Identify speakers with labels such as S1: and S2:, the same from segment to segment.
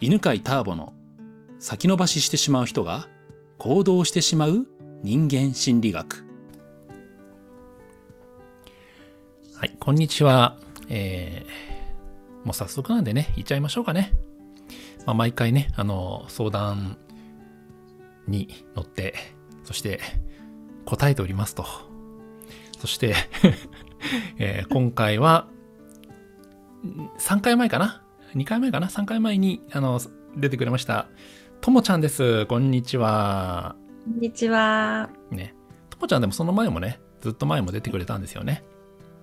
S1: 犬飼ターボの先延ばししてしまう人が行動してしまう人間心理学。
S2: はい、こんにちは。えーもう早速なんでね、言っちゃいましょうかね。まあ、毎回ね、あの、相談に乗って、そして答えておりますと。そして、 えー今回は、3回前かな ?2 回前かな ?3 回前に、あの、出てくれました。ともちゃんです。こんにちは。
S3: こんにちは。
S2: ね。ともちゃんでもその前もね、ずっと前も出てくれたんですよね。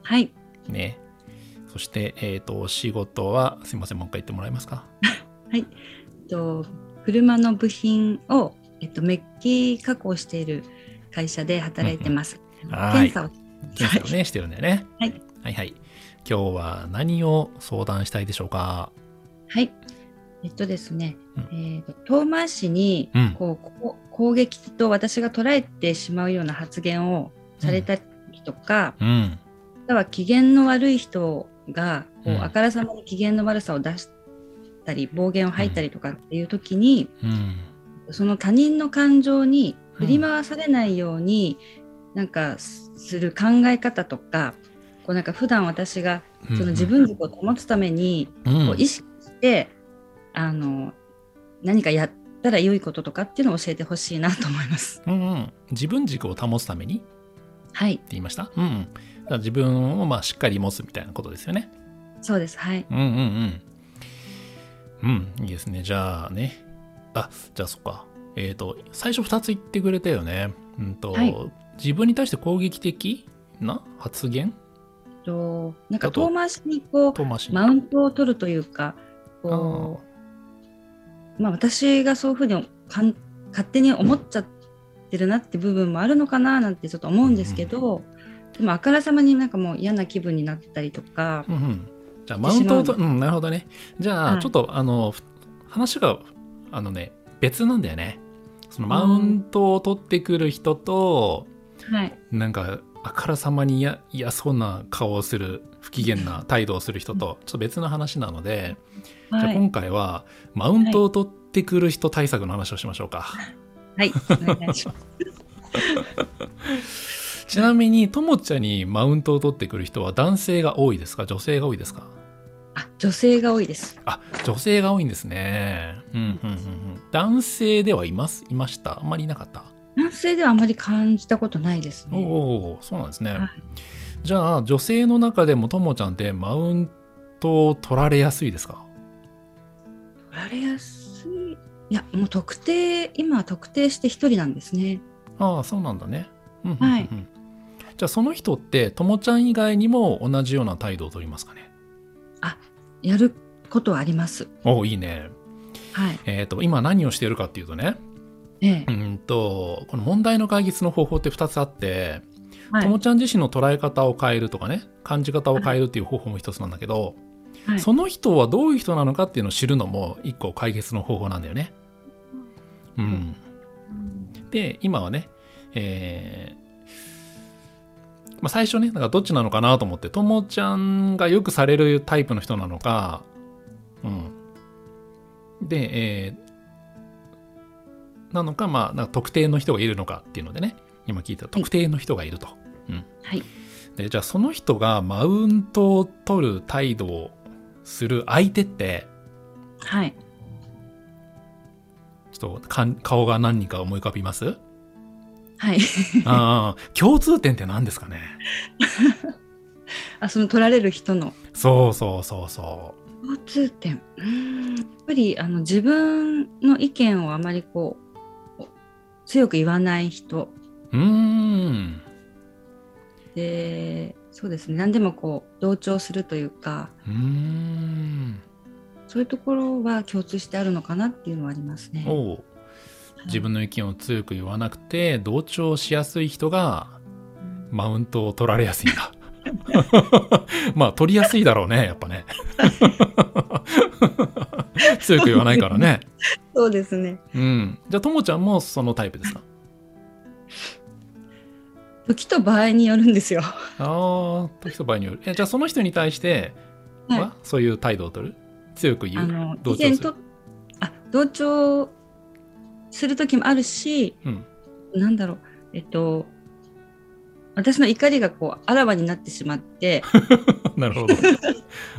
S3: はい。
S2: ね。そして、えっ、と、お仕事は、すいません、もう一回言ってもらえますか。
S3: えっと車の部品をえっとメッキ加工している会社で働いてます。
S2: んはい
S3: 検査を
S2: 検査をね、してるんだよね。
S3: はい。
S2: はいはい。今日は何を相談したいでしょうか。
S3: はい。えっとですね、
S2: うん
S3: えっと遠回しに
S2: うん
S3: こう、こう攻撃と私が捉えてしまうような発言をされたりとか、
S2: うん。
S3: あとは機嫌の悪い人がこう、
S2: うん
S3: あからさまに機嫌の悪さを出したり暴言を吐いたりとかっていう時に、
S2: うん。
S3: その他人の感情に振り回されないように、なんかすする考え方とかこうなんか普段私が
S2: うん
S3: その自、分軸を保つために
S2: うん
S3: こう意識して、あの何かやったら良いこととかっていうのを教えてほしいなと思います。
S2: うんうん、自分軸を保つためにって
S3: はい、
S2: 言いました。うんうん。だから自分をまあしっかり持つみたいなことですよね。
S3: そうです。はい、
S2: うんうんうん。うん、いいですね。じゃあね。あ、じゃあそっか。えっ、と、最初2つ言ってくれたよね。うんと、
S3: はい
S2: 自分に対して攻撃的な発言
S3: となん
S2: あ
S3: か
S2: と
S3: 遠回しにこ
S2: とマシ
S3: うマウントを取るというか、こうまあ私がそういうふうにかん勝手に思っちゃってるなって部分もあるのかななんてちょっと思うんですけど、でもあからさまになんかもう嫌な気分になったりとか、
S2: うんうん、じゃあマウントをと
S3: し
S2: うん、なるほどね。じゃ
S3: は
S2: あ、
S3: い
S2: ちょっと、あの、ふ話が、あのね、別なんだよね。そのマウントを取ってくる人と、
S3: はい
S2: なんか、あからさまに嫌嫌そうな顔をする、不機嫌な態度をする人と、ちょっと別の話なので、じゃ
S3: は
S2: あ
S3: い、
S2: 今回はマウントを取ってくる人対策の話をしましょうか、
S3: はい、お願いし ます。
S2: ちなみにともちゃんにマウントを取ってくる人は男性が多いですか女性が多いですか
S3: あ女性が多いです。
S2: あ女性が多いんですねうんうんうんうん男性ではいますいましたあんまりいなかった
S3: 男性ではあまり感じたことないです
S2: お
S3: ね。
S2: おそうなんですね、
S3: はい
S2: じゃあ女性の中でもともちゃんってマウントを取られやすいですか
S3: 取られやすい。いやもう特定今は特定して一人なんですね。
S2: ああそうなんだねうんうんうんうん
S3: はい
S2: じゃあその人ってともちゃん以外にも同じような態度を取りますかね
S3: やることはあります。
S2: おおいいね
S3: はい。
S2: えー、と今何をしているかっていうとね
S3: え
S2: う。
S3: え
S2: んとこの問題の解決の方法って2つあって、
S3: はい
S2: ともちゃん自身の捉え方を変えるとかね感じ方を変えるっていう方法も1つなんだけど、
S3: はい
S2: その人はどういう人なのかっていうのを知るのも1個解決の方法なんだよね。うん、で今はね、えーまあ、最初ねだからどっちなのかなと思ってともちゃんがよくされるタイプの人なのか、うん、で、えーなのかまあなんか特定の人がいるのかっていうのでね今聞いた特定の人がいると。
S3: はい。
S2: でじゃあその人がマウントを取る態度をする相手って
S3: はい。
S2: ちょっとかん顔が何人か思い浮かびます
S3: はい。
S2: あー共通点って何ですかね
S3: あその取られる人の
S2: そうそうそうそ
S3: 共通点うーんやっぱりあの自分の意見をあまりこう強く言わない人
S2: う。うーん。
S3: でそうですね何でもこう同調するというか
S2: うーん。
S3: そういうところは共通してあるのかなっていうのはありますね。
S2: おう自分の意見を強く言わなくて同調しやすい人が
S3: うん
S2: マウントを取られやすいんだ。 まあ取りやすいだろうねやっぱね。 強く言わないからね。
S3: そうですね
S2: うん。じゃあともちゃんもそのタイプですか
S3: 時と場合によるんですよ。
S2: ああ、時と場合による。えじゃあその人に対しては、
S3: は
S2: そういう態度を取る強く
S3: い、
S2: 言
S3: あ
S2: う
S3: の
S2: 同
S3: 意
S2: 調
S3: 見
S2: する
S3: と同調する時もあるし、
S2: うん
S3: なんだろうえっと私の怒りがこうあらわになってしまって
S2: なるほど。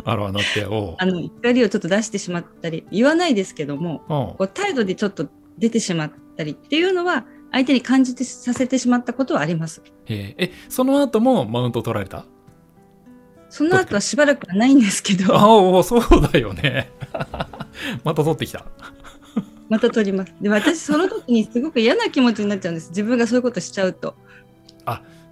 S2: あらわなって、おう
S3: あの怒りをちょっと出してしまったり言わないですけども
S2: おう
S3: こう態度でちょっと出てしまったりっていうのは相手に感じてさせてしまったことはあります。
S2: えーえ、その後もマウント取られた
S3: その後はしばらくはないんですけ ど
S2: あおうそうだよね。 また取ってきた。
S3: また取ります。で私その時にすごく嫌な気持ちになっちゃうんです自分がそういうことしちゃうと。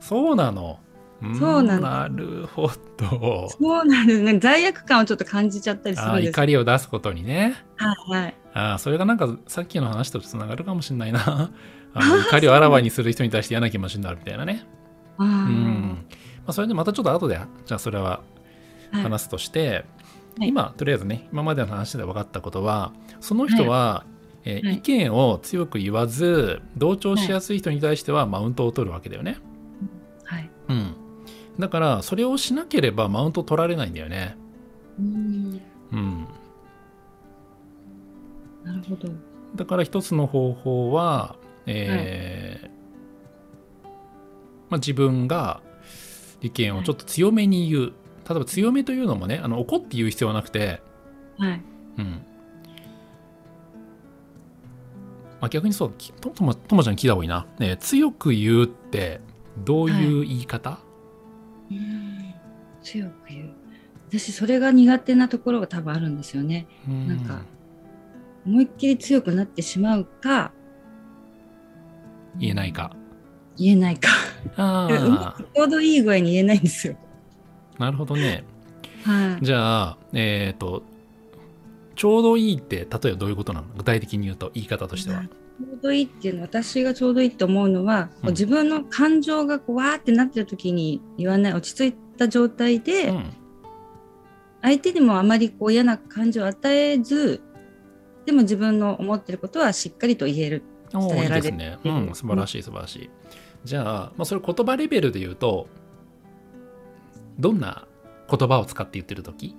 S2: そうなの。ー
S3: そうなの
S2: なるほど。
S3: そうなんですね罪悪感をちょっと感じちゃったりす
S2: あ
S3: るん
S2: ー
S3: です。
S2: 怒りを出すことにね。
S3: はいはい
S2: あーそれがなんかさっきの話とつながるかもしれない な。あの怒りをあらわにする人に対して嫌な気持ちになるみたいなね。
S3: あー
S2: うんまあ、それでまたちょっと後でじゃあそれは
S3: はい
S2: 話すとして、
S3: はい
S2: 今とりあえずね今までの話で分かったことはその人は、えー
S3: はい
S2: 意見を強く言わず同調しやすい人に対してはマウントを取るわけだよね。
S3: はい。
S2: うん、だからそれをしなければマウント取られないんだよね。
S3: うん
S2: うん、
S3: なるほど。
S2: だから一つの方法は、えーまあ、自分が意見をちょっと強めに言う、例えば強めというのもねあの怒って言う必要はなくて、
S3: はい。
S2: うんまあ、逆にそうきとともともちゃんに聞いた方がいいな、ね、強く言うってどういう言い方、
S3: うん強く言う。私それが苦手なところが多分あるんですよね。
S2: う
S3: なんか思いっきり強くなってしまうか
S2: 言えないか
S3: 言えないか。
S2: あ
S3: ちょうどいい具合に言えないんですよ。
S2: あなるほどね
S3: はい。
S2: じゃあえっ、とちょうどいいって例えばどういうことなの具体的に言うと言い方としては
S3: ちょうどいいっていうのは私がちょうどいいと思うのは、こう
S2: うん
S3: 自分の感情がこうわーってなってる時に言わない落ち着いた状態で、
S2: うん
S3: 相手にもあまりこう嫌な感情を与えずでも自分の思ってることはしっかりと言える。
S2: おー
S3: 伝
S2: い
S3: え
S2: い
S3: られ
S2: ですね。うん、素晴らしい素晴らしい。じゃあ、まあ、それ言葉レベルで言うと、どんな言葉を使って言ってる時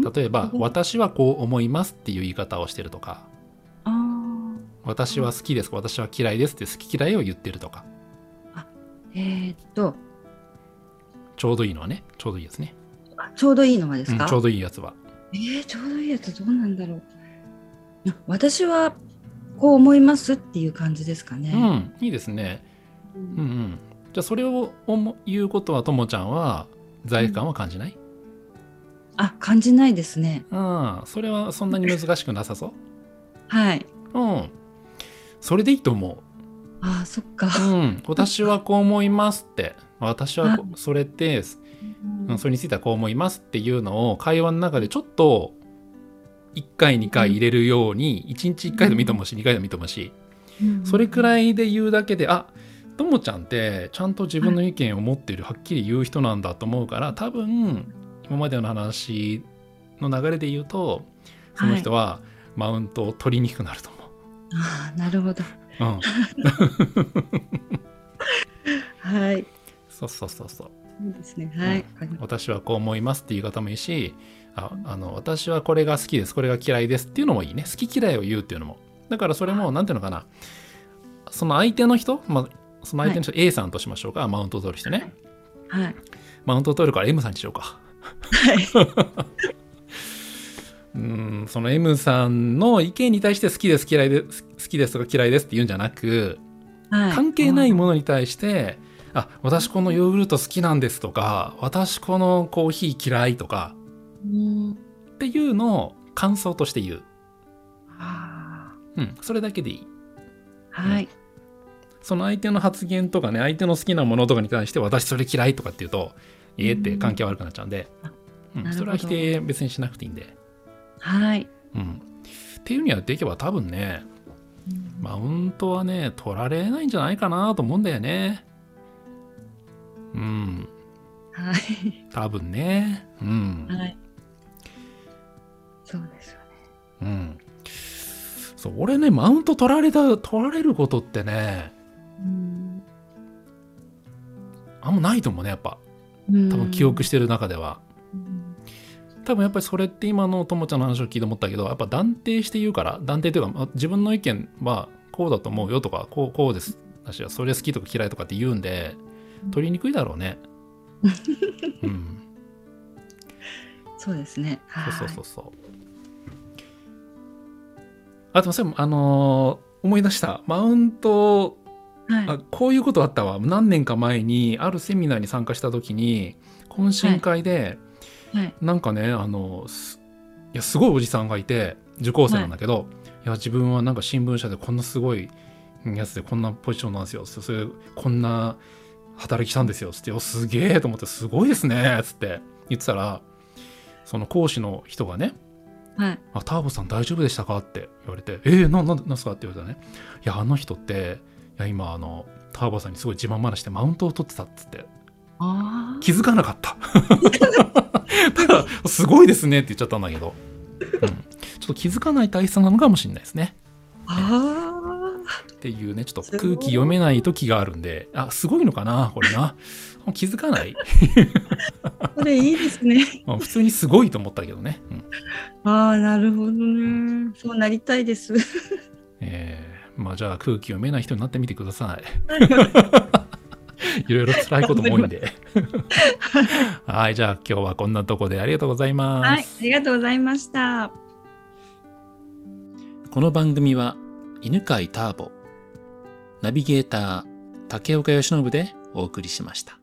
S3: ん
S2: 例えば、私はこう思いますっていう言い方をしてるとか、
S3: あ
S2: 私は好きです、私は嫌いですって好き嫌いを言ってるとか、
S3: ーえーっと
S2: ちょうどいいのはね、ちょうどいいですね。
S3: あちょうどいいのはで
S2: う
S3: す
S2: ん
S3: か、
S2: ちょうどいいやつは。
S3: えーちょうどいいやつどうなんだろうあ私はこう思いますっていう感じですか
S2: う
S3: ね。
S2: ん、いいですね。
S3: う
S2: うんうんん。じゃあ、それを思う言うことは、ともちゃんは罪悪感は感じない、
S3: あ感じないですね。
S2: うん、それはそんなに難しくなさそう
S3: はい。
S2: うん。それでいいと思
S3: あーそっか。
S2: う。うん。私はこう思いますって。私はこそれって、うんそれについてはこう思いますっていうのを会話の中でちょっと1回2回入れるように、1日1回でもいいと思うし、2回でもいいと思うし、
S3: うん
S2: それくらいで言うだけで、あともちゃんってちゃんと自分の意見を持っている、はっきり言う人なんだと思うから、多分今までの話の流れで言うと、その人はマウントを取りにくくなると思う。
S3: ああなるほど。
S2: うん、
S3: はい。
S2: そうそうそうそう。
S3: そうですね。はい。
S2: 私はこう思いますっていう言い方もいいしああの私はこれが好きですこれが嫌いですっていうのもいいね好き嫌いを言うっていうのもだからそれも何ていうのかなその相手の人、まあ、その相手の人、A さんとしましょうかマウントを取る人ね
S3: はい。
S2: マウントを取るから M さんにしようか
S3: はい。
S2: うーんその M さんの意見に対して好きです嫌いです好きですとか嫌いですって言うんじゃなく
S3: はい
S2: 関係ないものに対してあ私このヨーグルト好きなんですとか私このコーヒー嫌いとか
S3: うん
S2: っていうのを感想として言う。
S3: あ
S2: うん、それだけでいい。
S3: ーはい。
S2: その相手の発言とかね、相手の好きなものとかに対して、私それ嫌いとかっていうと、
S3: うん
S2: ええって関係悪くなっちゃうんで、う
S3: な
S2: ん、
S3: るほど
S2: それは否定別にしなくていいんで。
S3: はい。
S2: うん。っていうにはできれば多分ね、
S3: うん
S2: マウントはね、取られないんじゃないかなと思うんだよね。うん、
S3: はい。
S2: 多分ね。うん。
S3: はい。そうですよね。
S2: うん。そう、俺ね、マウント取られた、取られることってね、
S3: うん
S2: あんまないと思うね、やっぱ。多分記憶してる中では。
S3: うん
S2: 多分やっぱりそれって今のともちゃんの話を聞いて思ったけどやっぱ断定して言うから断定というかまあ自分の意見はこうだと思うよとかこうこうですだしそれ好きとか嫌いとかって言うんで取りにくいだろう ね。うん、
S3: そうですね。はい。
S2: そうそうそうそう。あとそれもあのー思い出したマウント
S3: はい
S2: あこういうことあったわ何年か前にあるセミナーに参加した時に懇親会で、
S3: はい。
S2: なんかねあのすいやすごいおじさんがいて受講生なんだけど、い、や自分はなんか新聞社でこんなすごいやつでこんなポジションなんですよそそれこんな働きしたんですよつって「おすげえ!」と思って「すごいですね!」つって言ってたらその講師の人がね
S3: はい。
S2: あターボさん大丈夫でしたかって言われて、えー、な、な、なんすかって言われたらね。いや、あの人って、いや、今、あの、ターボさんにすごい自慢話してマウントを取ってたっつって、
S3: ああ。
S2: 気づかなかった。 ただ、すごいですねって言っちゃったんだけど、うん、ちょっと気づかない体質なのかもしれないですね。
S3: あ
S2: っていうね、ちょっと空気読めない時があるんで、あ、すごいのかな、これな。気づかない。
S3: あ。これいいですね。
S2: まあ普通にすごいと思ったけどね。うん
S3: ああ、なるほどね。そうなりたいです。
S2: えーまあじゃあ空気読めない人になってみてくだ さい。いろいろ辛いことも多いん で。はい、じゃあ今日はこんなとこでありがとうございます。
S3: はい。ありがとうございました。
S1: この番組は犬飼ターボ、ナビゲーター竹岡由伸でお送りしました。